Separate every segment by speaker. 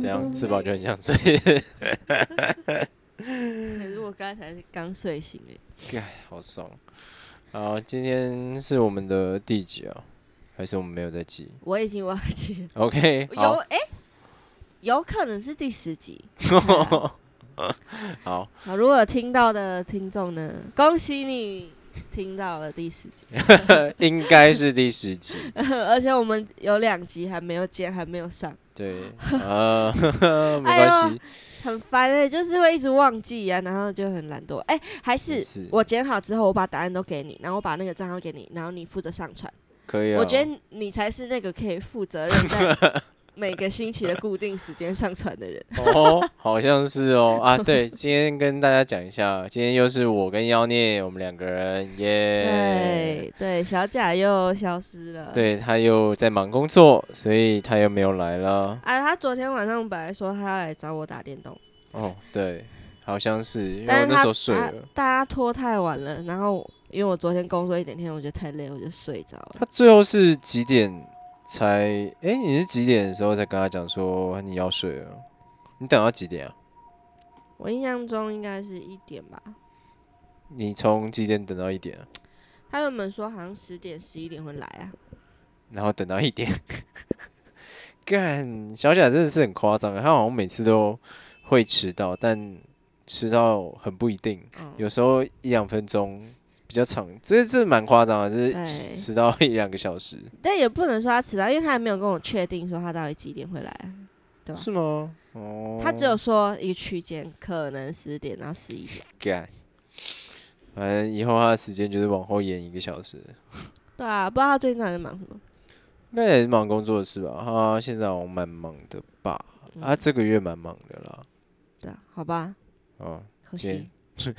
Speaker 1: 这样自保就很 想醉。
Speaker 2: 可是我哎刚才刚睡醒哎、
Speaker 1: 哎，好爽。好，今天是我们的第几啊？还是我们没有在记
Speaker 2: 我已经忘记了，
Speaker 1: ？OK，
Speaker 2: 有
Speaker 1: 好，
Speaker 2: 哎、有可能是第十集。
Speaker 1: 好，
Speaker 2: 好，如果有听到的听众呢，恭喜你听到了第十 集，
Speaker 1: 应该是第十集。
Speaker 2: 而且我们有两集还没有剪，还没有上，
Speaker 1: 对，呃， 没关系，
Speaker 2: 很烦哎、就是会一直忘记呀、然后就很懒惰。哎、还是
Speaker 1: 也是
Speaker 2: 我剪好之后，我把答案都给你，然后我把那个账号给你，然后你负责上传。
Speaker 1: 可以啊。
Speaker 2: 我觉得你才是那个可以负责任在 每个星期的固定时间上传的人。
Speaker 1: 哦，好像是哦啊，对，今天跟大家讲一下，今天又是我跟妖孽，我们两个人耶。
Speaker 2: 对对，小贾又消失了。
Speaker 1: 对他又在忙工作，所以他又没有来了。
Speaker 2: 啊，他昨天晚上本来说他要来找我打电动。
Speaker 1: 哦，对，好像是，因为
Speaker 2: 但是
Speaker 1: 我那
Speaker 2: 他
Speaker 1: 时候睡
Speaker 2: 他
Speaker 1: 了。
Speaker 2: 大家拖太晚了，然后因为我昨天工作一整天，我觉得太累，我就睡着了。
Speaker 1: 他最后是几点才？哎、你是几点的时候才跟他讲说你要睡了？你等到几点啊？
Speaker 2: 我印象中应该是一点吧，
Speaker 1: 你从几点等到一点、啊？
Speaker 2: 他原本说好像十点、十一点会来啊，
Speaker 1: 然后等到一点。 干，小贾真的是很夸张啊，他好像每次都会迟到，但迟到很不一定，
Speaker 2: 嗯，
Speaker 1: 有时候一两分钟比较长，这这蛮夸张的，就是
Speaker 2: 对
Speaker 1: 迟迟到一两个小时，
Speaker 2: 但也不能说他迟到，因为他还没有跟我确定说他到底几点会来啊、对吧
Speaker 1: 是吗？哦，
Speaker 2: 他只有说一个区间，可能十点到十一点。
Speaker 1: 干，反正以后他的时间就是往后延一个小时。
Speaker 2: 对啊，不知道他最近到底在忙什么。
Speaker 1: 应该也是忙工作的事吧？他现在好像蛮忙的吧？啊，
Speaker 2: 嗯
Speaker 1: 这个月蛮忙的啦。
Speaker 2: 对啊，好吧，
Speaker 1: 哦，
Speaker 2: 可
Speaker 1: 今
Speaker 2: 惜。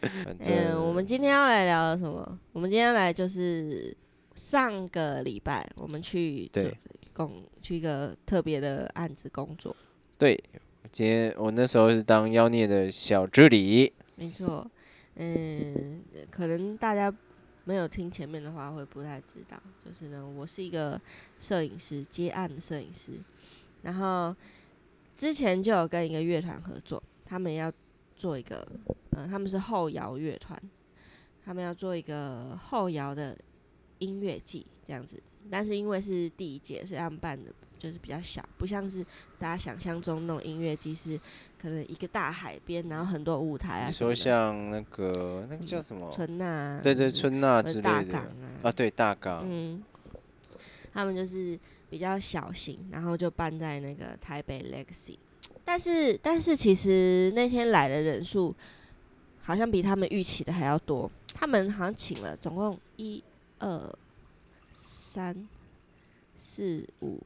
Speaker 1: 反正、
Speaker 2: 嗯，我们今天要来聊什么？我们今天来就是上个礼拜我们去做
Speaker 1: 对
Speaker 2: 工去一个特别的案子工作，
Speaker 1: 对，今天我那时候是当妖孽的小助理。
Speaker 2: 没错。嗯，可能大家没有听前面的话会不太知道，就是呢，我是一个摄影师，接案的摄影师。然后之前就有跟一个乐团合作，他们要做一个，呃，他们是后摇乐团，他们要做一个后摇的音乐季这样子。但是因为是第一届，所以他们办的就是比较小，不像是大家想象中那种音乐季是可能一个大海边，然后很多舞台啊
Speaker 1: 你
Speaker 2: 什么的。
Speaker 1: 说像那个那个叫什么？
Speaker 2: 春娜、啊，
Speaker 1: 哦对对，
Speaker 2: 或是
Speaker 1: 春娜
Speaker 2: 或
Speaker 1: 之
Speaker 2: 是
Speaker 1: 类
Speaker 2: 大
Speaker 1: 的
Speaker 2: 港啊，
Speaker 1: 啊，对大港。
Speaker 2: 嗯，他们就是比较小型，然后就办在那个台北 Legacy。但是，但是其实那天来的人数好像比他们预期的还要多。他们好像请了总共一二三四五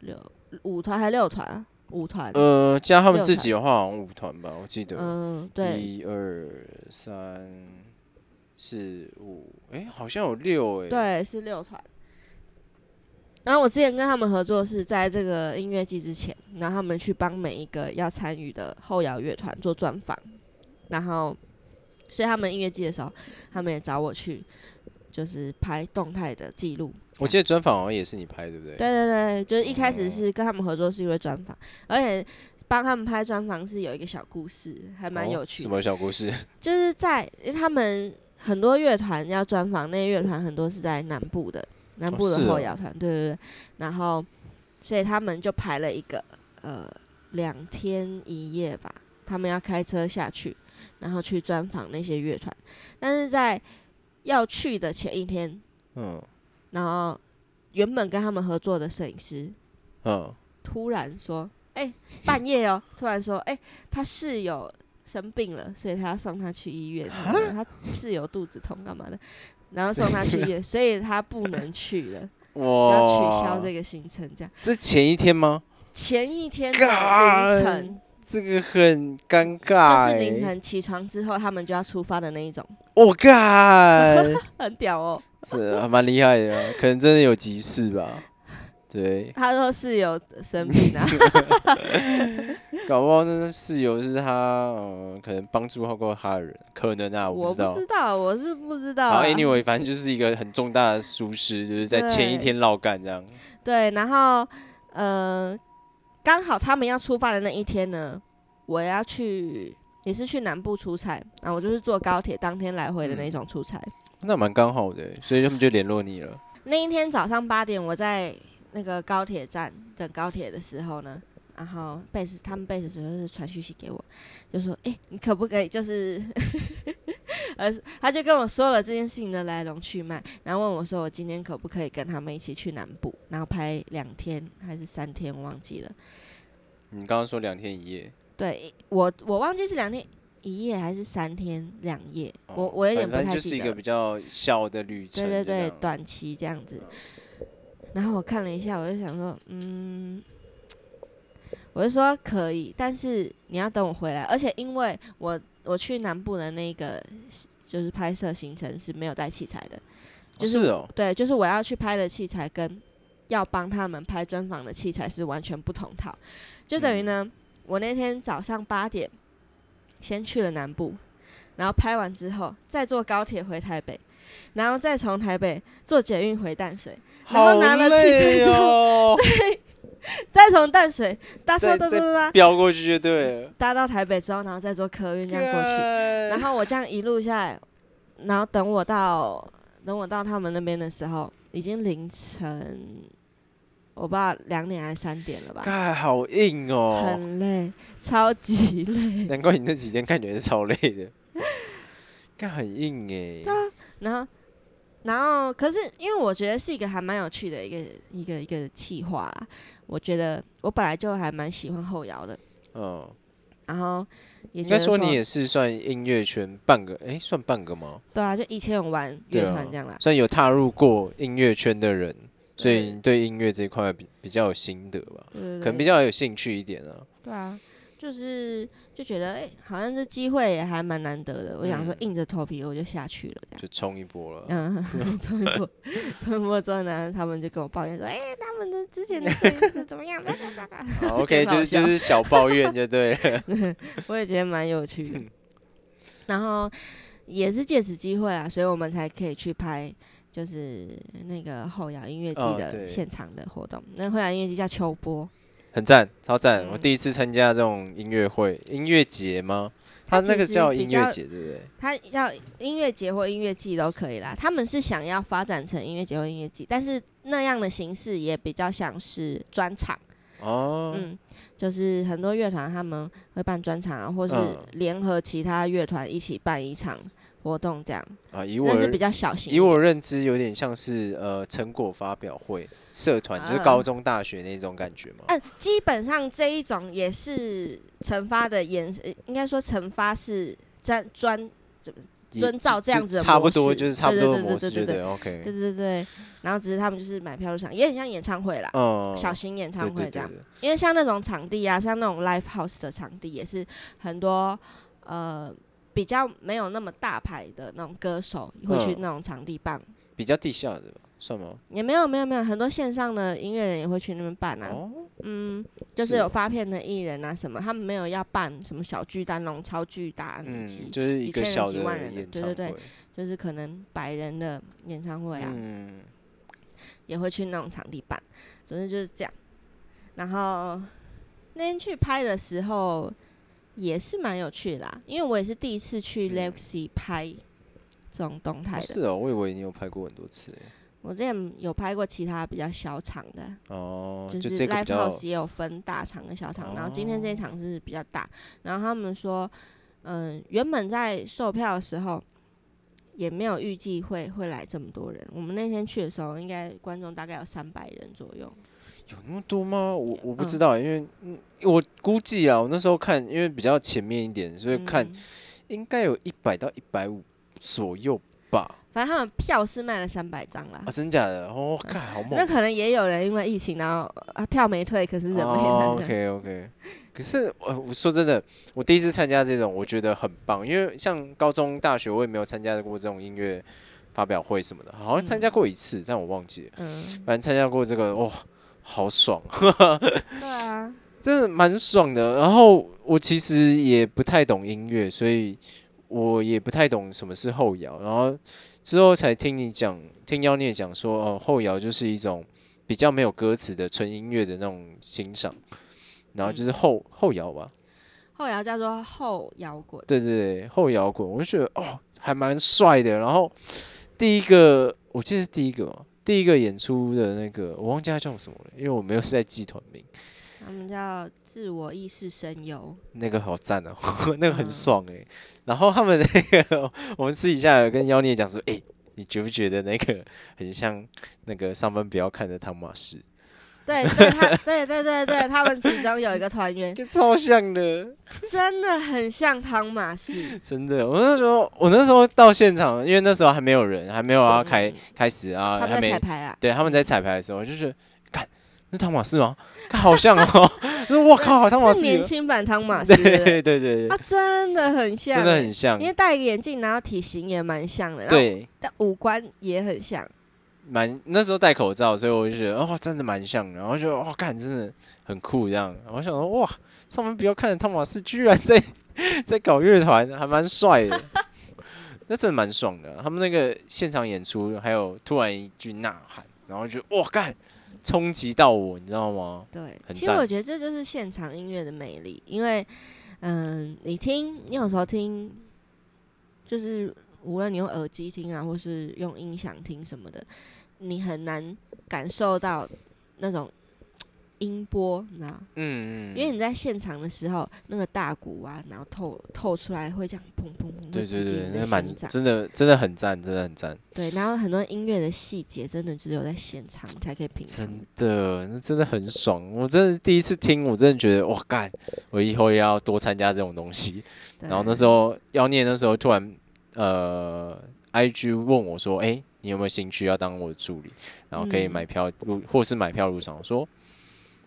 Speaker 2: 六五团还六团啊，五团。
Speaker 1: 呃，加他们
Speaker 2: 六
Speaker 1: 自
Speaker 2: 团
Speaker 1: 己的话，好像五团吧，我记得。
Speaker 2: 嗯，对，
Speaker 1: 一二三四五，哎、好像有六哎、
Speaker 2: 对，是六团。然后我之前跟他们合作是在这个音乐季之前，然后他们去帮每一个要参与的后摇乐团做专访，然后所以他们音乐季的时候，他们也找我去，就是拍动态的记录。
Speaker 1: 我记得专访好像也是你拍，对不对？
Speaker 2: 对对对，就是一开
Speaker 1: 哦
Speaker 2: 始是跟他们合作是因为专访，而且帮他们拍专访是有一个小故事，还
Speaker 1: 哦，
Speaker 2: 蛮有趣的
Speaker 1: 什。么小故 事？
Speaker 2: 就是在因为他们很多乐团要专访，那些乐团很多是在南部的，南部的
Speaker 1: 是哦
Speaker 2: 后摇团，对对对。然后，所以他们就排了一个呃两天一夜吧，他们要开车下去，然后去专访那些乐团。但是在要去的前一天，
Speaker 1: 嗯
Speaker 2: 然后原本跟他们合作的摄影师
Speaker 1: 嗯，
Speaker 2: 突然说：“哎、半夜哦，突然说，哎、他室友生病了，所以他要送他去医院，他室友肚子痛干嘛的，然后送他去医院，所以他不能去了。
Speaker 1: 哦
Speaker 2: 就要
Speaker 1: 哇，
Speaker 2: 取消这个行程，这样
Speaker 1: 这前一天吗？
Speaker 2: 前一天的凌晨，
Speaker 1: 这个很尴尬、
Speaker 2: 嗯就
Speaker 1: 欸，
Speaker 2: 是凌晨起床之后，他们就要出发的那一种，
Speaker 1: 我干，
Speaker 2: 很屌哦。
Speaker 1: 这还蛮厉害的啊，可能真的有急事吧。对，
Speaker 2: 他说室友生病啊，
Speaker 1: 搞不好那室友是他，呃，可能帮助过他的人，可能啊，
Speaker 2: 我
Speaker 1: 不知道。
Speaker 2: 知道，我是不知道、
Speaker 1: 好
Speaker 2: 啊。
Speaker 1: ，anyway，反正就是一个很重大的疏失，就是在前一
Speaker 2: 对
Speaker 1: 天绕干这样。
Speaker 2: 对，然后呃，刚好他们要出发的那一天呢，我要去也是去南部出差啊，我就是坐高铁当天来回的那种出差。
Speaker 1: 那蛮刚好的欸，所以他们就联络你了。
Speaker 2: 那一天早上八点，我在那个高铁站等高铁的时候呢，然后贝斯他们贝斯就是传讯息给我，就说：“哎、你可不可以就是？” 呃，他就跟我说了这件事情的来龙去脉，然后问我说：“我今天可不可以跟他们一起去南部，然后拍两天还是三天，忘记了。”
Speaker 1: 你刚刚说两天一夜，
Speaker 2: 对我，我忘记是两天一夜还是三天两夜，
Speaker 1: 哦
Speaker 2: 我我有点不
Speaker 1: 反正
Speaker 2: 太
Speaker 1: 就是
Speaker 2: 记
Speaker 1: 一
Speaker 2: 得
Speaker 1: 个
Speaker 2: 了。
Speaker 1: 比较小的旅程
Speaker 2: 对对
Speaker 1: 就这样。哦
Speaker 2: 对，短期这样子。然后我看了一下，我就想说，嗯，我就说可以，但是你要等我回来，而且因为我我去南部的那个就是拍摄行程是没有带器材的，就
Speaker 1: 哦
Speaker 2: 是
Speaker 1: 是哦，
Speaker 2: 对，就是我要去拍的器材跟要帮他们拍专访的器材是完全不同套，就等于呢，我那天早上八点先去了南部，然后拍完之后再坐高铁回台北，然后再从台北坐捷运回淡水，然后拿了器材之后
Speaker 1: 后
Speaker 2: 再从淡水搭车
Speaker 1: 再
Speaker 2: 哒哒
Speaker 1: 再
Speaker 2: 哒哒
Speaker 1: 飙过去就 对了。
Speaker 2: 搭到台北之后，然后再坐客运这样过去，然
Speaker 1: 去，
Speaker 2: 后我这样一路下来，然后等我到等我到他们那边的时候，已经凌晨，我不知道两点还是三点了吧，
Speaker 1: 盖好硬哦，
Speaker 2: 很累，超级累。
Speaker 1: 难怪你那几天看起来是超累的。 盖很硬哎，
Speaker 2: 然后，然后可是因为我觉得是一个还蛮有趣的一个一个一个企划啦，我觉得我本来就还蛮喜欢后摇的，
Speaker 1: 嗯，
Speaker 2: 然后也
Speaker 1: 应
Speaker 2: 觉
Speaker 1: 该
Speaker 2: 得
Speaker 1: 说你也是算音乐圈半个，哎，算半个吗？
Speaker 2: 对啊，就以前有玩
Speaker 1: 对
Speaker 2: 乐
Speaker 1: 啊
Speaker 2: 团这样啦，
Speaker 1: 算有踏入过音乐圈的人，所以你对音乐这一块比比较有心得吧，
Speaker 2: 对对
Speaker 1: 可
Speaker 2: 对
Speaker 1: 能比较有兴趣一点啊。
Speaker 2: 对啊，就是就觉得哎、诶好像这机会也还蛮难得的。我想说
Speaker 1: 嗯
Speaker 2: 硬着头皮我就下去了，这样。
Speaker 1: 就冲一波了。
Speaker 2: 嗯， 周一 波，周一波之后呢，他们就跟我抱怨说：“哎、他们的之前的摄影师怎么 样？”
Speaker 1: 好
Speaker 2: 觉得
Speaker 1: OK，就
Speaker 2: 好
Speaker 1: 是就是小抱怨就对了。
Speaker 2: 我也觉得蛮有趣 的。 然后也是借此机会啊，所以我们才可以去拍，就是那个后摇音乐季
Speaker 1: 哦
Speaker 2: 的
Speaker 1: 对
Speaker 2: 现场的活动。那后摇音乐季叫秋波，
Speaker 1: 很赞，超赞！
Speaker 2: 嗯
Speaker 1: 我第一次参加这种音乐会、音乐节吗？他那个
Speaker 2: 其实
Speaker 1: 叫
Speaker 2: 比
Speaker 1: 音
Speaker 2: 较
Speaker 1: 乐节，对不对？
Speaker 2: 它要音乐节或音乐季都可以啦。他们是想要发展成音乐节或音乐季，但是那样的形式也比较像是专场。
Speaker 1: 哦，
Speaker 2: 嗯，就是很多乐团他们会办专场啊，或是
Speaker 1: 嗯
Speaker 2: 联合其他乐团一起办一场活动这样，
Speaker 1: 啊，以我
Speaker 2: 那是比较小型一
Speaker 1: 以
Speaker 2: 点。
Speaker 1: 我认知，有点像是呃成果发表会、社团，就是
Speaker 2: 啊
Speaker 1: 高中、大学那种感觉嘛。
Speaker 2: 嗯，基本上这一种也是惩罚的延，呃应该说惩罚是专专
Speaker 1: 也
Speaker 2: 遵照这
Speaker 1: 就
Speaker 2: 样子的
Speaker 1: 差不
Speaker 2: 模
Speaker 1: 多，
Speaker 2: 式
Speaker 1: 就是差不
Speaker 2: 对
Speaker 1: 多
Speaker 2: 对
Speaker 1: 的
Speaker 2: 对
Speaker 1: 模
Speaker 2: 对
Speaker 1: 式，就
Speaker 2: 对
Speaker 1: 对了。OK，
Speaker 2: 对对对，然后只是他们就是买票入场，也很像演唱会啦，
Speaker 1: 嗯，
Speaker 2: 小型演唱
Speaker 1: 对
Speaker 2: 会这
Speaker 1: 对对
Speaker 2: 样。
Speaker 1: 对
Speaker 2: 因为像那种场地啊，像那种 live house 的场地，也是很多呃比较没有那么大牌的那种歌手会去
Speaker 1: 嗯
Speaker 2: 那种场地办，
Speaker 1: 比较地下的吧算吗？
Speaker 2: 也没有没有没有很多线上的音乐人也会去那边办啊，
Speaker 1: 哦，
Speaker 2: 嗯，就是
Speaker 1: 是
Speaker 2: 有
Speaker 1: 哦
Speaker 2: 发片的艺人啊什么，他们没有要办什么小巨蛋那种超巨大
Speaker 1: 嗯，
Speaker 2: 级，
Speaker 1: 就是一
Speaker 2: 几
Speaker 1: 个
Speaker 2: 千人
Speaker 1: 小
Speaker 2: 几
Speaker 1: 的
Speaker 2: 万人的
Speaker 1: 演
Speaker 2: 对
Speaker 1: 唱
Speaker 2: 对
Speaker 1: 会，
Speaker 2: 对就是可能百人的演唱会啊，
Speaker 1: 嗯，
Speaker 2: 也会去那种场地办，总之就是这样。然后那天去拍的时候也是蛮有趣啦，因为我也是第一次去
Speaker 1: 嗯
Speaker 2: Lexi 拍这种动态
Speaker 1: 哦
Speaker 2: 的。
Speaker 1: 是哦，我以为你有拍过很多次耶，
Speaker 2: 我之前有拍过其他比较小场的，
Speaker 1: 哦，
Speaker 2: 就是
Speaker 1: 这个
Speaker 2: Live
Speaker 1: 比较
Speaker 2: House 也有分大场跟小场，然后今天这一
Speaker 1: 哦
Speaker 2: 场是比较大。然后他们说，嗯，原本在售票的时候也没有预计会会来这么多人。我们那天去的时候，应该观众大概有三百人左右。
Speaker 1: 有那么多吗？我我不
Speaker 2: 嗯
Speaker 1: 知道，因为嗯，我估计啊，我那时候看，因为比较前面一点，所以看
Speaker 2: 嗯
Speaker 1: 应该有一百到一百五左右吧。
Speaker 2: 反正他们票是卖了三百张啦
Speaker 1: 啊，。真假的？哦，看好猛
Speaker 2: 那。可能也有人因为疫情，然后啊票没退，可是人没来。
Speaker 1: 哦，OK OK。可是呃我说真的，我第一次参加这种，我觉得很棒，因为像高中、大学我也没有参加过这种音乐发表会什么的，好像参加过一次，但我忘记了。
Speaker 2: 嗯，
Speaker 1: 反正参加过这个，哇、好爽，
Speaker 2: 对啊，
Speaker 1: 真的蛮爽的。然后我其实也不太懂音乐，所以我也不太懂什么是后摇。然后之后才听你讲，听妖孽讲说，哦，后摇就是一种比较没有歌词的纯音乐的那种欣赏。然后就是后后摇吧，
Speaker 2: 后摇叫做后摇滚，
Speaker 1: 对对对，后摇滚，我就觉得哦，还蛮帅的。然后 第一个，我记得是第一个嘛，第一个演出的那个，我忘记他叫什么了，因为我没有在记团名。
Speaker 2: 他们叫自我意识声优。
Speaker 1: 那个好赞哦、 那个很
Speaker 2: 嗯
Speaker 1: 爽哎、然后他们那个， 我们私底下有跟妖孽讲说，哎、你觉不觉得那个很像那个上班不要看的汤马士？
Speaker 2: 对对， 他对对对对，他们其中有一个团员
Speaker 1: 跟超像的，
Speaker 2: 真的很像汤马士，
Speaker 1: 真的。我那时候，我那时候到现场，因为那时候还没有人，还没有要开、
Speaker 2: 嗯
Speaker 1: 开始啊，
Speaker 2: 他
Speaker 1: 还
Speaker 2: 们在
Speaker 1: 没
Speaker 2: 彩排啦。
Speaker 1: 对，他们在彩排的时候，我就觉得，看那汤马士吗？看好像哦、 我说我靠，汤马
Speaker 2: 是
Speaker 1: 士，
Speaker 2: 年轻版汤马士，
Speaker 1: 对
Speaker 2: 对不对
Speaker 1: 对对对，
Speaker 2: 啊，真的很像欸，
Speaker 1: 真的很像
Speaker 2: 因，为戴个眼镜，然后体型也蛮像的，然后
Speaker 1: 对。
Speaker 2: 但五官也很像，
Speaker 1: 蛮那时候戴口罩，所以我就觉得哦，真的蛮像的，然后就哇，干真的很酷这样。我想说哇，上面不要看汤马斯居然在在搞乐团，还蛮帅的， 那真的蛮爽的。啊他们那个现场演出，还有突然一句呐喊，然后就哇干，冲击到我，你知道吗？
Speaker 2: 对。
Speaker 1: 很
Speaker 2: 其实我
Speaker 1: 赞
Speaker 2: 觉得这就是现场音乐的魅力，因为，嗯，你听，你有时候听，就是无论你用耳机听啊，或是用音响听什么的，你很难感受到那种音波，你知道吗？
Speaker 1: 嗯，嗯
Speaker 2: 因为你在现场的时候，那个大鼓啊，然后透透出来会这样砰砰砰，
Speaker 1: 对
Speaker 2: 会
Speaker 1: 对
Speaker 2: 直击
Speaker 1: 对，
Speaker 2: 你的
Speaker 1: 那蛮
Speaker 2: 心脏。
Speaker 1: 真的真的很赞，真的很赞，
Speaker 2: 对，然后很多音乐的细节，真的只有在现场才可以品尝。
Speaker 1: 真的那真的很爽。我真的第一次听，我真的觉得哇干，我以后也要多参加这种东西。
Speaker 2: 对
Speaker 1: 然后那时候妖孽那时候突然呃，IG 问我说：“哎、你有没有兴趣要当我的助理？然后可以
Speaker 2: 嗯
Speaker 1: 买票入，或是买票入场。”我说：“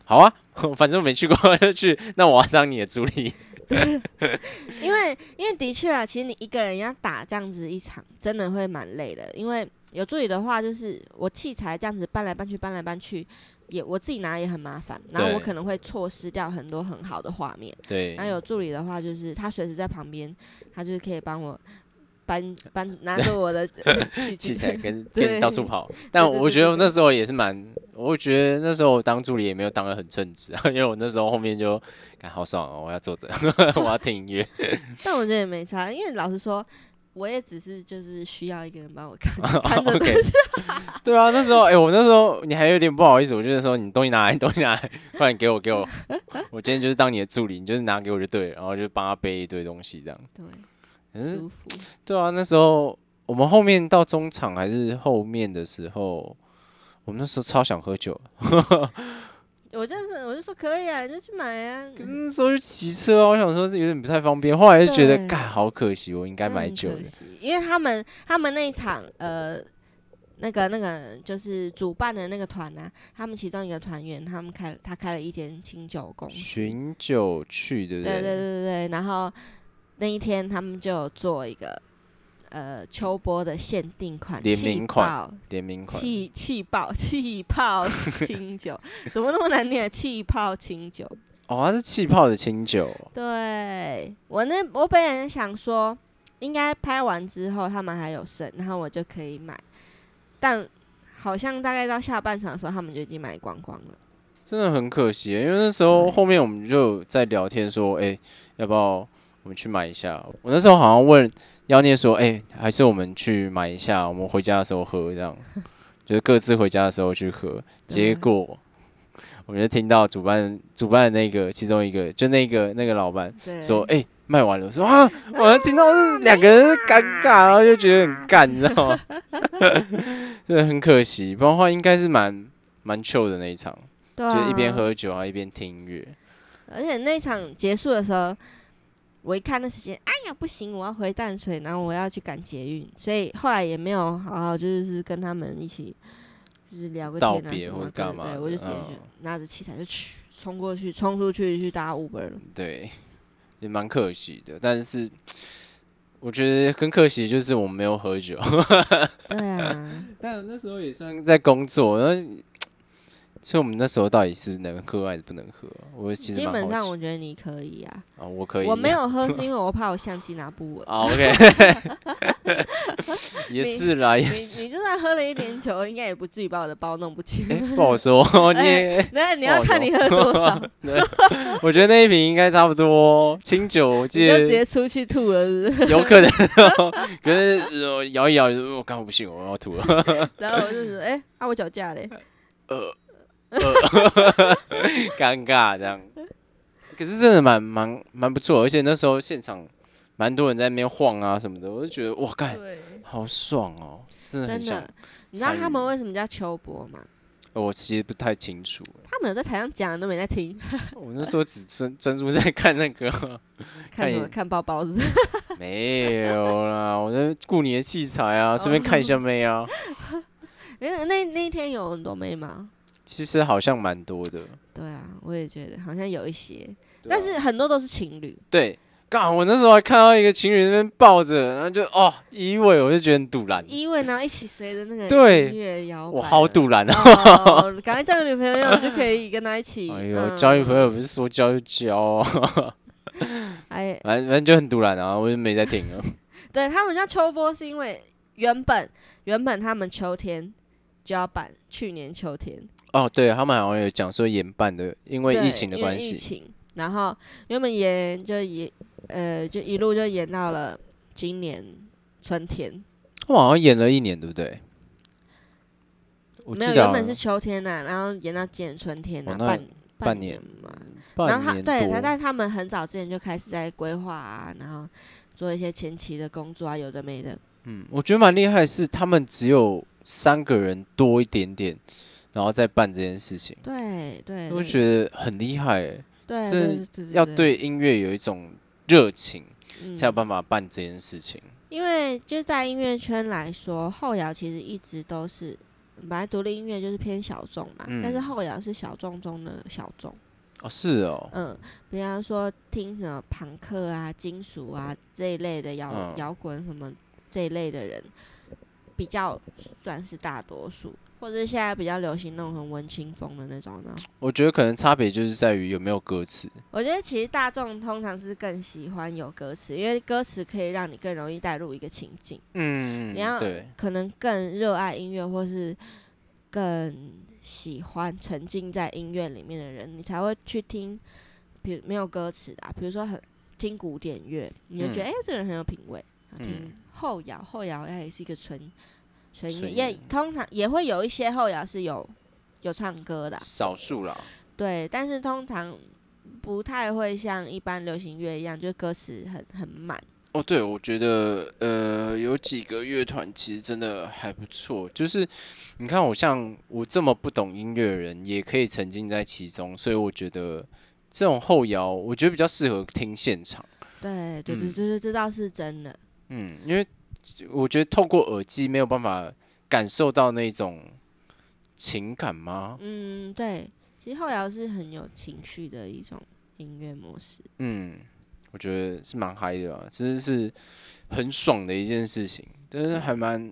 Speaker 1: 好啊， 反正我没去过就去，那我要当你的助 理。
Speaker 2: 因为因为的确啊，其实你一个人要打这样子一场，真的会蛮累的。因为有助理的话，就是我器材这样子搬来搬去，搬来搬去，也我自己拿也很麻烦。然后我
Speaker 1: 对
Speaker 2: 可能会错失掉很多很好的画面。”
Speaker 1: 对，
Speaker 2: 然后有助理的话，就是他随时在旁边，他就是可以帮我搬搬，拿着我 的器
Speaker 1: 器
Speaker 2: 具
Speaker 1: 材 跟
Speaker 2: 对
Speaker 1: 跟到处跑。但
Speaker 2: 对对
Speaker 1: 我
Speaker 2: 对
Speaker 1: 觉得
Speaker 2: 对
Speaker 1: 我那时候也是蛮，我觉得那时候我当助理也没有当的很称职啊，因为我那时候后面就感好爽哦，我要坐着， 我要听音乐。
Speaker 2: 但我觉得也没差，因为老实说，我也只是就是需要一个人帮我看看 着
Speaker 1: 哦 OK，
Speaker 2: 东西。
Speaker 1: 对啊，那时候哎、我那时候你还有点不好意思，我就是说你东西拿来，你 东西拿来，不然你给我给我， 我今天就是当你的助理，你就是拿给我就对了，然后就帮他背一堆东西这样。
Speaker 2: 对，
Speaker 1: 可是
Speaker 2: 舒服。
Speaker 1: 对啊，那时候我们后面到中场还是后面的时候，我们那时候超想喝酒，
Speaker 2: 我就是我就说可以啊，你就去买啊。
Speaker 1: 可是那时候就骑车啊，我想说是有点不太方便，后来就觉得
Speaker 2: 对
Speaker 1: 干好可惜，我应该
Speaker 2: 真
Speaker 1: 买
Speaker 2: 很
Speaker 1: 酒
Speaker 2: 嗯可
Speaker 1: 的。
Speaker 2: 惜因为他们他们那一场呃。那个那个就是主办的那个团啊，他们其中一个团员，他们开他开了一间清酒公司，
Speaker 1: 寻酒去，对不
Speaker 2: 对对对对对，然后那一天他们就有做一个呃秋波的限定款
Speaker 1: 联
Speaker 2: 气
Speaker 1: 名款
Speaker 2: 爆
Speaker 1: 联名款，
Speaker 2: 气气爆气泡清酒， 怎么那么难念啊？气泡清酒。
Speaker 1: 哦，它是气泡的清酒，
Speaker 2: 对我那我本来想说，应该拍完之后他们还有剩，然后我就可以买，但好像大概到下半场的时候，他们就已经买光光了。
Speaker 1: 真的很可惜耶，因为那时候
Speaker 2: 对
Speaker 1: 后面我们就有在聊天说，哎、要不要我们去买一下？我那时候好像问妖孽说，哎、还是我们去买一下，我们回家的时候 喝，这样，就是各自回家的时候去喝。结
Speaker 2: 嗯
Speaker 1: 果我们就听到主办主办的那个其中一个，就那个那个老板
Speaker 2: 对，
Speaker 1: 说，哎、卖完了，我说啊，我还听到是两个人尴
Speaker 2: 嗯
Speaker 1: 尬，然后就觉得很干，你知道吗？ 真的很可惜，不然的话应该是蛮蛮 chill 的那一场。
Speaker 2: 对
Speaker 1: 就是一边
Speaker 2: 啊
Speaker 1: 喝酒啊一边听音乐。
Speaker 2: 而且那场结束的时候，我一看那时间，哎呀不行，我要回淡水，然后我要去赶捷运，所以后来也没有好好就是跟他们一起就是聊个天
Speaker 1: 道
Speaker 2: 啊
Speaker 1: 别
Speaker 2: 什
Speaker 1: 或
Speaker 2: 么的，
Speaker 1: 者干
Speaker 2: 对
Speaker 1: 嘛
Speaker 2: 对，
Speaker 1: 的
Speaker 2: 我就直接
Speaker 1: 嗯
Speaker 2: 就拿着器材就去冲过去，冲出去去搭 Uber 了。
Speaker 1: 对，也蛮可惜的。但是我觉得更可惜的就是我们没有喝酒，
Speaker 2: 对啊，
Speaker 1: 但我那时候也算在工作，然后所以我们那时候到底是能喝还是不能喝啊？我其实
Speaker 2: 基
Speaker 1: 蛮
Speaker 2: 本
Speaker 1: 好
Speaker 2: 上
Speaker 1: 奇
Speaker 2: 我觉得你可以啊，
Speaker 1: 啊，我可以，
Speaker 2: 我没有喝是因为我怕我相机拿不稳。
Speaker 1: 啊，OK，也
Speaker 2: 你
Speaker 1: 是啦，也
Speaker 2: 你你就算喝了一点酒，应该也不至于把我的包弄不见。
Speaker 1: 哎 哦不好说，你也
Speaker 2: 那你
Speaker 1: 不
Speaker 2: 要
Speaker 1: 好
Speaker 2: 看
Speaker 1: 说
Speaker 2: 你喝多 少，你
Speaker 1: 对我觉得那一瓶应该差不多，清酒我记
Speaker 2: 就直接
Speaker 1: 得
Speaker 2: 出去吐了是不 是
Speaker 1: 有可能哦，可是我摇一摇，我刚好不行，我要吐了，
Speaker 2: 然后我就说，哎、啊我脚架嘞，
Speaker 1: 尴尬这样。可是真的蛮蛮蛮不错，而且那时候现场蛮多人在那边晃啊什么的，我就觉得哇，干
Speaker 2: 对，
Speaker 1: 好爽哦，真的
Speaker 2: 真
Speaker 1: 很想
Speaker 2: 的。，你知道他
Speaker 1: 参
Speaker 2: 们
Speaker 1: 与
Speaker 2: 为什么叫秋博吗？
Speaker 1: 呃我其实不太清楚，
Speaker 2: 他们有在台上讲，都没在听，
Speaker 1: 我那时候只专专注在看那个，
Speaker 2: 看
Speaker 1: 看
Speaker 2: 什么
Speaker 1: 你
Speaker 2: 看包包是不是？
Speaker 1: 没有啦，我在顾你的器材啊，顺便看一下妹啊。
Speaker 2: 那那那一天有很多妹吗？
Speaker 1: 其实好像蛮多的，
Speaker 2: 对啊，我也觉得好像有一些，
Speaker 1: 啊
Speaker 2: 但是很多都是情侣。
Speaker 1: 对，干我那时候还看到一个情侣那边抱着，然后就哦依偎，我就觉得很堵然，
Speaker 2: 因为然后一起随着那个
Speaker 1: 嗯对
Speaker 2: 音乐摇摆，
Speaker 1: 我好堵然啊！
Speaker 2: 哦！赶快交个女朋友就可以跟他一起。
Speaker 1: 哎呦，
Speaker 2: 嗯
Speaker 1: 交女朋友不是说交就交、啊，
Speaker 2: 哎，
Speaker 1: 反正反正就很堵然啊，我就没在听了。
Speaker 2: 对他们叫秋波，是因为原本原本他们秋天就要办，去年秋天
Speaker 1: 哦，对他们好像有讲说延办的，因为
Speaker 2: 对
Speaker 1: 疫情的
Speaker 2: 因为
Speaker 1: 关
Speaker 2: 疫
Speaker 1: 系，
Speaker 2: 情，然后原本延就延呃就一路就延到了今年春天，
Speaker 1: 他们好像延了一年，对不对？我记
Speaker 2: 没有
Speaker 1: 得
Speaker 2: 原
Speaker 1: 好
Speaker 2: 本是
Speaker 1: 像
Speaker 2: 秋天呐、然后延到今年春天
Speaker 1: 哦
Speaker 2: 啊，
Speaker 1: 那
Speaker 2: 半
Speaker 1: 半
Speaker 2: 年
Speaker 1: 年
Speaker 2: 嘛。然
Speaker 1: 半
Speaker 2: 后他
Speaker 1: 年
Speaker 2: 对他，
Speaker 1: 多。
Speaker 2: 但他们很早之前就开始在规划啊，然后做一些前期的工作啊，有的没的。
Speaker 1: 嗯，我觉得蛮厉害，是他们只有三个人多一点点，然后再办这件事情，
Speaker 2: 对对，
Speaker 1: 我
Speaker 2: 对
Speaker 1: 觉得很厉害欸。
Speaker 2: 对
Speaker 1: 这
Speaker 2: 对对
Speaker 1: 要
Speaker 2: 对
Speaker 1: 对音乐有一种热情，
Speaker 2: 嗯
Speaker 1: 才有办法办这件事情。
Speaker 2: 因为就在音乐圈来说，后摇其实一直都是，本来独立音乐就是偏小众嘛，
Speaker 1: 嗯
Speaker 2: 但是后摇是小众中的小众。
Speaker 1: 哦，是哦，
Speaker 2: 嗯，比方说听什么朋克啊、金属啊这一类的摇
Speaker 1: 嗯
Speaker 2: 摇滚什么这一类的人，比较算是大多数，或者是现在比较流行那种很文青风的那种呢。
Speaker 1: 我觉得可能差别就是在于有没有歌词。
Speaker 2: 我觉得其实大众通常是更喜欢有歌词，因为歌词可以让你更容易带入一个情境。
Speaker 1: 嗯
Speaker 2: 你要
Speaker 1: 对，
Speaker 2: 可能更热爱音乐，或是更喜欢沉浸在音乐里面的人，你才会去听，比如没有歌词的啊、比如说很听古典乐，你就觉得哎、诶这个人很有品味。然后听
Speaker 1: 嗯
Speaker 2: 后摇，后摇它也是一个纯纯音乐，
Speaker 1: 纯
Speaker 2: 也
Speaker 1: 音
Speaker 2: 通常也会有一些后摇是有有唱歌的啊，
Speaker 1: 少数啦。
Speaker 2: 对，但是通常不太会像一般流行乐一样，就是歌词很很满。
Speaker 1: 哦，对，我觉得呃，有几个乐团其实真的还不错。就是你看，我像我这么不懂音乐的人，也可以沉浸在其中，所以我觉得这种后摇，我觉得比较适合听现场。
Speaker 2: 对对对
Speaker 1: 嗯
Speaker 2: 对对，这倒是真的。
Speaker 1: 嗯，因为我觉得透过耳机没有办法感受到那种情感吗？
Speaker 2: 嗯，对，其实后摇是很有情绪的一种音乐模式。
Speaker 1: 嗯，我觉得是蛮嗨的啊，真的是很爽的一件事情，但是还蛮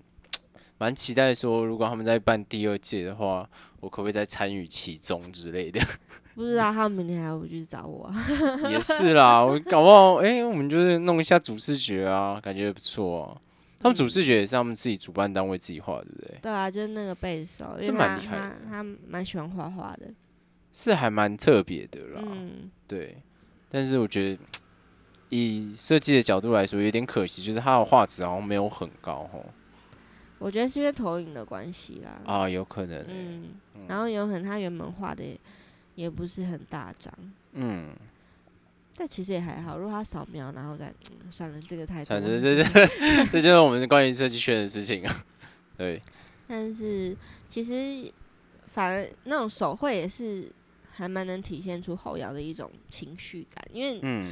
Speaker 1: 蛮期待说，如果他们在办第二届的话，我可不可以再参与其中之类的？
Speaker 2: 不
Speaker 1: 嗯
Speaker 2: 知道他们明天还会不会去找我、啊？
Speaker 1: 也是啦，我搞不好哎、我们就是弄一下主视觉啊，感觉不错啊。他们主视觉也是他们自己主办单位自己画，对不对？
Speaker 2: 对啊，就是那个贝斯手，因
Speaker 1: 这
Speaker 2: 为
Speaker 1: 蛮
Speaker 2: 他
Speaker 1: 厉害
Speaker 2: 他
Speaker 1: 的
Speaker 2: 他蛮喜欢画画的。
Speaker 1: 是还蛮特别的啦。
Speaker 2: 嗯，
Speaker 1: 对，但是我觉得以设计的角度来说，有点可惜，就是它的画质好像没有很高哦。
Speaker 2: 我觉得是因为投影的关系啦。
Speaker 1: 啊，有可能欸、
Speaker 2: 嗯，然后有可能他原本画的也也不是很大张，
Speaker 1: 嗯，
Speaker 2: 但其实也还好。如果他扫描然后再、嗯算了，这个太多
Speaker 1: 反
Speaker 2: 了。
Speaker 1: 正这这这就是我们关于设计圈的事情啊。 对，
Speaker 2: 但是其实反而那种手绘也是还蛮能体现出后摇的一种情绪感，因为
Speaker 1: 嗯，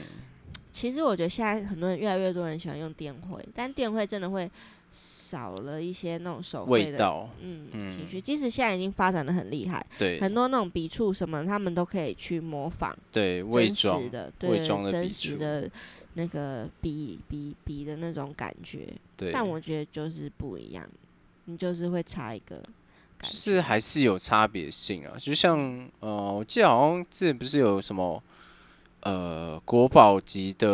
Speaker 2: 其实我觉得现在很多人越来越多人喜欢用电绘，但电绘真的会少了一些那种手绘
Speaker 1: 味
Speaker 2: 的，
Speaker 1: 道，
Speaker 2: 嗯，
Speaker 1: 嗯
Speaker 2: 情绪。即使现在已经发展的很厉害，
Speaker 1: 对
Speaker 2: 很多那种笔触什么，他们都可以去模仿
Speaker 1: 对，伪
Speaker 2: 真
Speaker 1: 装
Speaker 2: 实的，
Speaker 1: 伪
Speaker 2: 对，
Speaker 1: 装的
Speaker 2: 真
Speaker 1: 笔
Speaker 2: 实
Speaker 1: 触
Speaker 2: 的那个笔笔笔的那种感觉。
Speaker 1: 对，
Speaker 2: 但我觉得就是不一样，你就是会差一个感
Speaker 1: 就
Speaker 2: 觉。
Speaker 1: 是还是有差别性啊，就像呃，我记得好像之前不是有什么呃国宝级的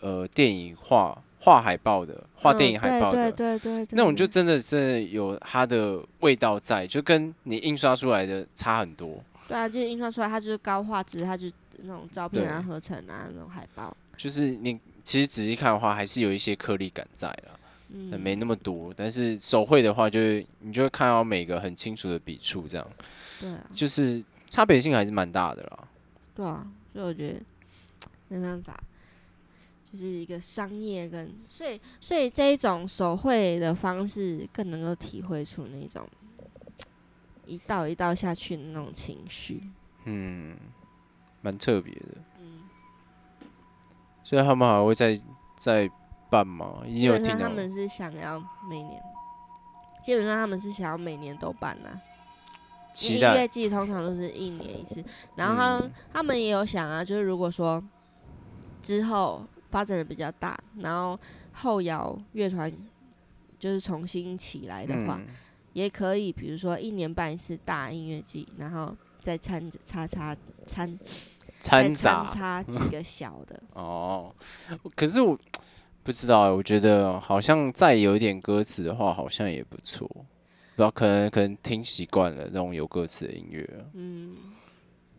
Speaker 1: 呃电影画画海报的，画电
Speaker 2: 嗯
Speaker 1: 影海报的，
Speaker 2: 对对对对对，
Speaker 1: 那种就真的是有它的味道在，就跟你印刷出来的差很多。
Speaker 2: 对啊，就是印刷出来，它就是高画质，它就是那种照片啊、
Speaker 1: 对
Speaker 2: 合成啊那种海报，
Speaker 1: 就是你其实仔细看的话，还是有一些颗粒感在啦，
Speaker 2: 嗯，
Speaker 1: 但没那么多。但是手绘的话就，会你就会看到每个很清楚的笔触，这样
Speaker 2: 对啊，
Speaker 1: 就是差别性还是蛮大的啦。
Speaker 2: 对啊，所以我觉得没办法，就是一个商业跟所以所以这一种手绘的方式更能够体会出那种一道一道下去的那种情绪，
Speaker 1: 嗯，蛮特别的。
Speaker 2: 嗯，
Speaker 1: 所以他们还会再再办吗？已
Speaker 2: 基
Speaker 1: 经有
Speaker 2: 本
Speaker 1: 听
Speaker 2: 上他
Speaker 1: 到
Speaker 2: 们是想要每年，基本上他们是想要每年都办呐、因为
Speaker 1: 期
Speaker 2: 音乐
Speaker 1: 待，
Speaker 2: 季通常都是一年一次，然后他、
Speaker 1: 嗯
Speaker 2: 他们也有想啊，就是如果说之后发展的比较大，然后后摇乐团就是重新起来的话，
Speaker 1: 嗯
Speaker 2: 也可以，比如说一年办一次大音乐季，然后再掺插插掺再掺
Speaker 1: 掺杂
Speaker 2: 插几个小的，
Speaker 1: 哦，可是我不知道欸，我觉得好像再有一点歌词的话，好像也不错。不知道，可能可能听习惯了那种有歌词的音乐。
Speaker 2: 嗯。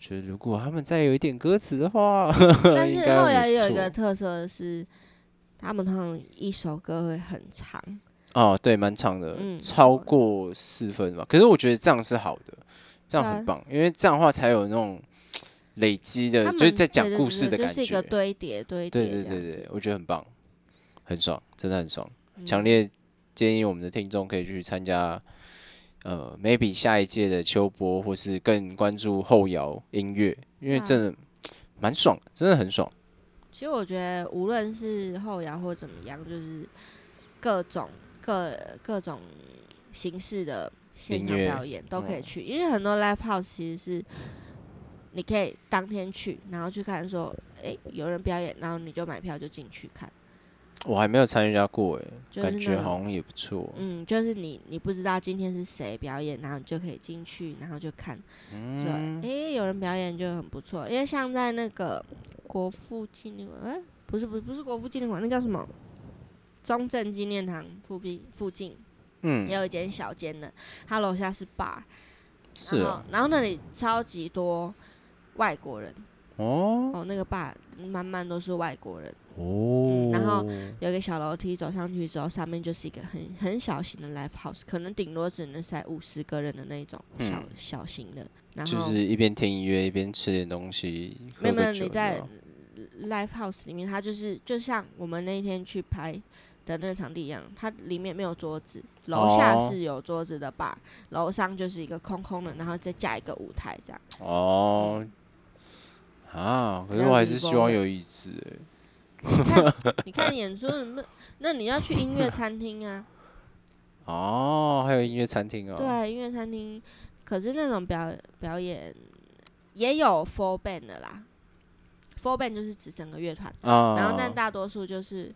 Speaker 1: 觉得如果他们再有一点歌词的话，
Speaker 2: 但
Speaker 1: 应
Speaker 2: 是
Speaker 1: 该
Speaker 2: 后
Speaker 1: 会
Speaker 2: 摇也有一
Speaker 1: 不
Speaker 2: 个
Speaker 1: 错
Speaker 2: 特色是，他们通常一首歌会很长，
Speaker 1: 哦，对，蛮长的，
Speaker 2: 嗯
Speaker 1: 超过四分吧。可是我觉得这样是好的，这样
Speaker 2: 对啊
Speaker 1: 很棒，因为这样的话才有那种累积的，
Speaker 2: 他
Speaker 1: 就
Speaker 2: 们
Speaker 1: 是在
Speaker 2: 对
Speaker 1: 讲
Speaker 2: 对
Speaker 1: 故
Speaker 2: 对
Speaker 1: 事的
Speaker 2: 就
Speaker 1: 感
Speaker 2: 是一个
Speaker 1: 觉。
Speaker 2: 堆叠堆叠
Speaker 1: 对
Speaker 2: 这
Speaker 1: 对
Speaker 2: 样子，
Speaker 1: 对对，我觉得很棒，很爽，真的很爽。
Speaker 2: 嗯
Speaker 1: 强烈建议我们的听众可以去参加，呃，maybe 下一届的秋播，或是更关注后摇音乐，因为
Speaker 2: 啊
Speaker 1: 真的蛮爽，真的很爽。
Speaker 2: 其实我觉得，无论是后摇或怎么样，就是各种各各种形式的现场
Speaker 1: 音乐嗯
Speaker 2: 表演都可以去，因为很多 live house 其实是你可以当天去，然后去看说，诶，有人表演，然后你就买票就进去看。
Speaker 1: 我还没有参加过诶，
Speaker 2: 就是
Speaker 1: 感
Speaker 2: 那
Speaker 1: 觉
Speaker 2: 种
Speaker 1: 好像也不错。
Speaker 2: 嗯，就是你你不知道今天是谁表演，然后你就可以进去，然后就看，说，
Speaker 1: 嗯，
Speaker 2: 诶，有人表演就很不错。因为像在那个国父纪念馆，诶，不是不是不是国父纪念馆，那叫什么？中正纪念堂附近附近也
Speaker 1: 嗯，
Speaker 2: 有一间小间的，它楼下是 bar，
Speaker 1: 是
Speaker 2: 然后
Speaker 1: 啊，
Speaker 2: 然后那里超级多外国人
Speaker 1: 哦
Speaker 2: 哦，那个 bar 满满都是外国人，
Speaker 1: 哦，
Speaker 2: 嗯然后有一个小楼梯走上去之后，上面就是一个很很小型的 live house，可能顶多只能塞五十个人的那种小、
Speaker 1: 嗯
Speaker 2: 小型的，然
Speaker 1: 就
Speaker 2: 后
Speaker 1: 是一边听音乐一边吃点东西，
Speaker 2: 没
Speaker 1: 喝
Speaker 2: 有没有
Speaker 1: 个酒
Speaker 2: 你
Speaker 1: 这
Speaker 2: 在
Speaker 1: 样。
Speaker 2: live house 里面，它就是就像我们那天去拍的那个场地一样，它里面没有桌子，楼下
Speaker 1: 哦
Speaker 2: 是有桌子的吧，楼上就是一个空空的，然后再架一个舞台这样。
Speaker 1: 哦啊，可是
Speaker 2: 要
Speaker 1: 我还
Speaker 2: 迷
Speaker 1: 是希
Speaker 2: 宫
Speaker 1: 望
Speaker 2: 的
Speaker 1: 有椅子欸诶。
Speaker 2: 你看你看演出，那那你要去音乐餐厅啊，
Speaker 1: 哦，还有音乐餐厅哦。
Speaker 2: 对，音乐餐厅，可是那种表表演也有 full band 的啦，full band 就是指整个乐团，
Speaker 1: 啊，
Speaker 2: 然后但大多数就是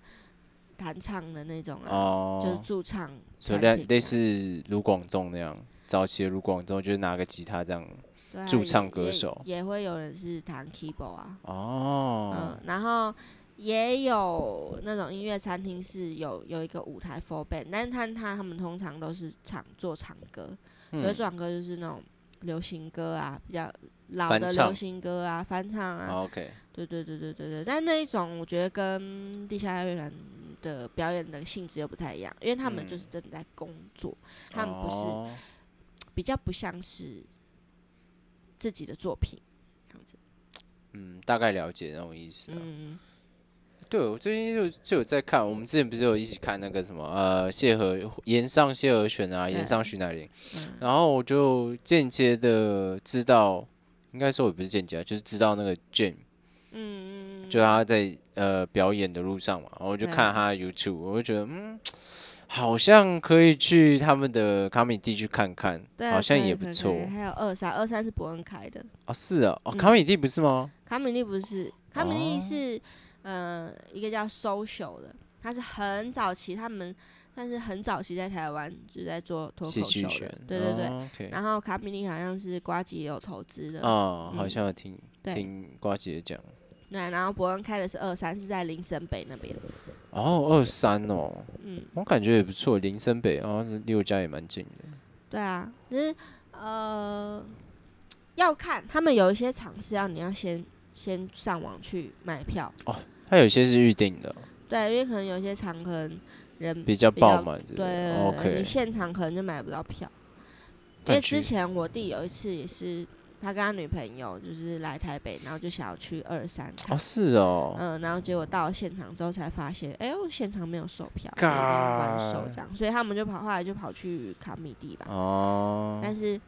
Speaker 2: 弹唱的那种啊，
Speaker 1: 哦，
Speaker 2: 就是驻唱
Speaker 1: 所以
Speaker 2: 团
Speaker 1: 类
Speaker 2: 体
Speaker 1: 类
Speaker 2: 的
Speaker 1: 似卢广仲那样，早期的卢广仲就是拿个吉他这样。
Speaker 2: 对啊
Speaker 1: 驻
Speaker 2: 也
Speaker 1: 唱歌
Speaker 2: 也
Speaker 1: 手
Speaker 2: 也会有人是弹 keyboard 啊，
Speaker 1: 哦
Speaker 2: 嗯，，然后也有那种音乐餐厅是有有一个舞台 full band，但是他他他们通常都是唱做唱歌，所以
Speaker 1: 嗯，
Speaker 2: 转歌就是那种流行歌啊，比较老
Speaker 1: 翻
Speaker 2: 的
Speaker 1: 唱
Speaker 2: 流行歌啊，翻唱啊，
Speaker 1: 好哦 OK，
Speaker 2: 对对对对对对。但那一种我觉得跟地下乐团的表演的性质又不太一样，因为他们就
Speaker 1: 嗯
Speaker 2: 是真的在工作，他们不是
Speaker 1: 哦
Speaker 2: 比较不像是自己的作品这样子。
Speaker 1: 嗯，大概了解那种意思啊。
Speaker 2: 嗯，
Speaker 1: 对，我最近就就有在看，我们之前不是有一起看那个什么呃谢和岩上谢和弦啊，岩
Speaker 2: 对
Speaker 1: 上徐乃麟，
Speaker 2: 嗯
Speaker 1: 然后我就间接的知道，应该说我不是间接啊，就是知道那个 Jim，
Speaker 2: 嗯嗯嗯，
Speaker 1: 就他在呃表演的路上嘛，然后我就
Speaker 2: 对
Speaker 1: 看他的 YouTube，我就觉得嗯，好像可以去他们的卡米蒂去看看，
Speaker 2: 对啊，
Speaker 1: 好像
Speaker 2: 可以
Speaker 1: 也
Speaker 2: 可
Speaker 1: 不
Speaker 2: 以
Speaker 1: 错
Speaker 2: 可以还有二三，二三是伯恩开的，
Speaker 1: 哦，是啊，哦，
Speaker 2: 嗯
Speaker 1: 卡米蒂不是吗？
Speaker 2: 卡米利不是，卡米
Speaker 1: 哦
Speaker 2: 利是、呃一个叫 social 的，他是很早期，他们但是很早期在台湾就是在做脱
Speaker 1: 戏
Speaker 2: 口
Speaker 1: 剧
Speaker 2: 秀
Speaker 1: 圈
Speaker 2: 的，，对对对。
Speaker 1: 哦，OK，
Speaker 2: 然后卡米利好像是瓜吉也有投资的，
Speaker 1: 哦，好
Speaker 2: 嗯
Speaker 1: 像有听
Speaker 2: 对
Speaker 1: 听瓜姐讲，
Speaker 2: 对。然后伯恩开的是二三，是在林森北那边，
Speaker 1: 哦，二三哦，
Speaker 2: 嗯，
Speaker 1: 我感觉也不错，林森北，然后离我家也蛮近的，
Speaker 2: 对啊，只是呃要看他们有一些场是要你要先先上网去买票，
Speaker 1: 它有些是预定的，
Speaker 2: 对，因为可能有些场可能人
Speaker 1: 比较
Speaker 2: 比较
Speaker 1: 爆满之类
Speaker 2: 对对
Speaker 1: 的，
Speaker 2: 对你
Speaker 1: ，OK，
Speaker 2: 现场可能就买不到票。因
Speaker 1: 感
Speaker 2: 为
Speaker 1: 觉
Speaker 2: 之前我弟有一次也是，他跟他女朋友就是来台北，然后就想要去二三看
Speaker 1: 哦，是哦，
Speaker 2: 嗯，然后结果到了现场之后才发现，哎呦，现场没有售票，所以已经贩售这样，所以他们就跑，后来就跑去卡米蒂吧。
Speaker 1: 哦，
Speaker 2: 嗯但是，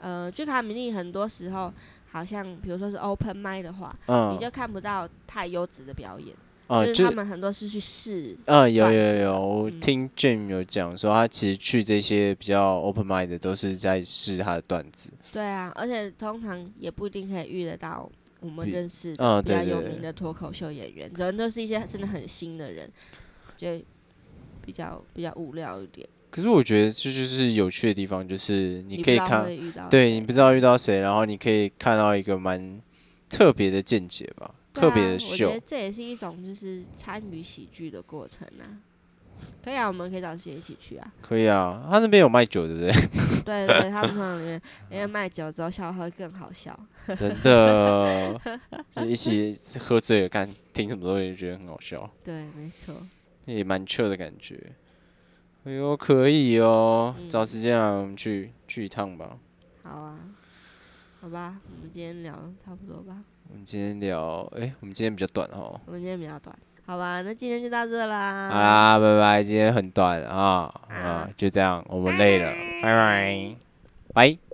Speaker 2: 呃，去卡米蒂很多时候好像，比如说是 open m i 的话，你
Speaker 1: 嗯，
Speaker 2: 就看不到太优质的表演，
Speaker 1: 哦，
Speaker 2: 就是他们很多是去试，
Speaker 1: 嗯，有
Speaker 2: 段
Speaker 1: 有
Speaker 2: 子
Speaker 1: 有，我
Speaker 2: 嗯
Speaker 1: 听 Jim 有讲说，他其实去这些比较 open mind 的，都是在试他的段子。
Speaker 2: 对啊，而且通常也不一定可以遇得到我们
Speaker 1: 比
Speaker 2: 认识
Speaker 1: 嗯
Speaker 2: 的比较
Speaker 1: 对
Speaker 2: 有
Speaker 1: 对
Speaker 2: 名的脱口秀演员，可能都是一些真的很新的人，就比较比较无聊一点。
Speaker 1: 可是我觉得这就是有趣的地方，就是你
Speaker 2: 不
Speaker 1: 可以
Speaker 2: 知道
Speaker 1: 看
Speaker 2: 会，遇到
Speaker 1: 对
Speaker 2: 谁
Speaker 1: 你不知道遇到谁，然后你可以看到一个蛮特别的见解吧，
Speaker 2: 对
Speaker 1: 特别
Speaker 2: 啊
Speaker 1: 的
Speaker 2: 我觉
Speaker 1: 秀
Speaker 2: 得。这也是一种就是参与喜剧的过程啊。可以啊，我们可以找时间一起去啊。
Speaker 1: 可以啊，他那边有卖酒，对不
Speaker 2: 对
Speaker 1: 对？
Speaker 2: 对，他们通常里面因为卖酒之后笑话会更好笑。
Speaker 1: 真 的，就一起喝醉了，看听什么东西，觉得很好笑，
Speaker 2: 对，没错。
Speaker 1: 也蛮 chill 的感觉。哎呦，可以哦，找
Speaker 2: 嗯
Speaker 1: 时间啊，我们去去一趟吧。
Speaker 2: 好啊，好吧，我们今天聊得差不多吧。
Speaker 1: 我们今天聊，哎、我们今天比较短哦。
Speaker 2: 我们今天比较短，好吧？那今天就到这啦。
Speaker 1: 好啦，拜拜，今天很短啊啊
Speaker 2: 啊，
Speaker 1: 就这样，我们累了，拜拜，拜。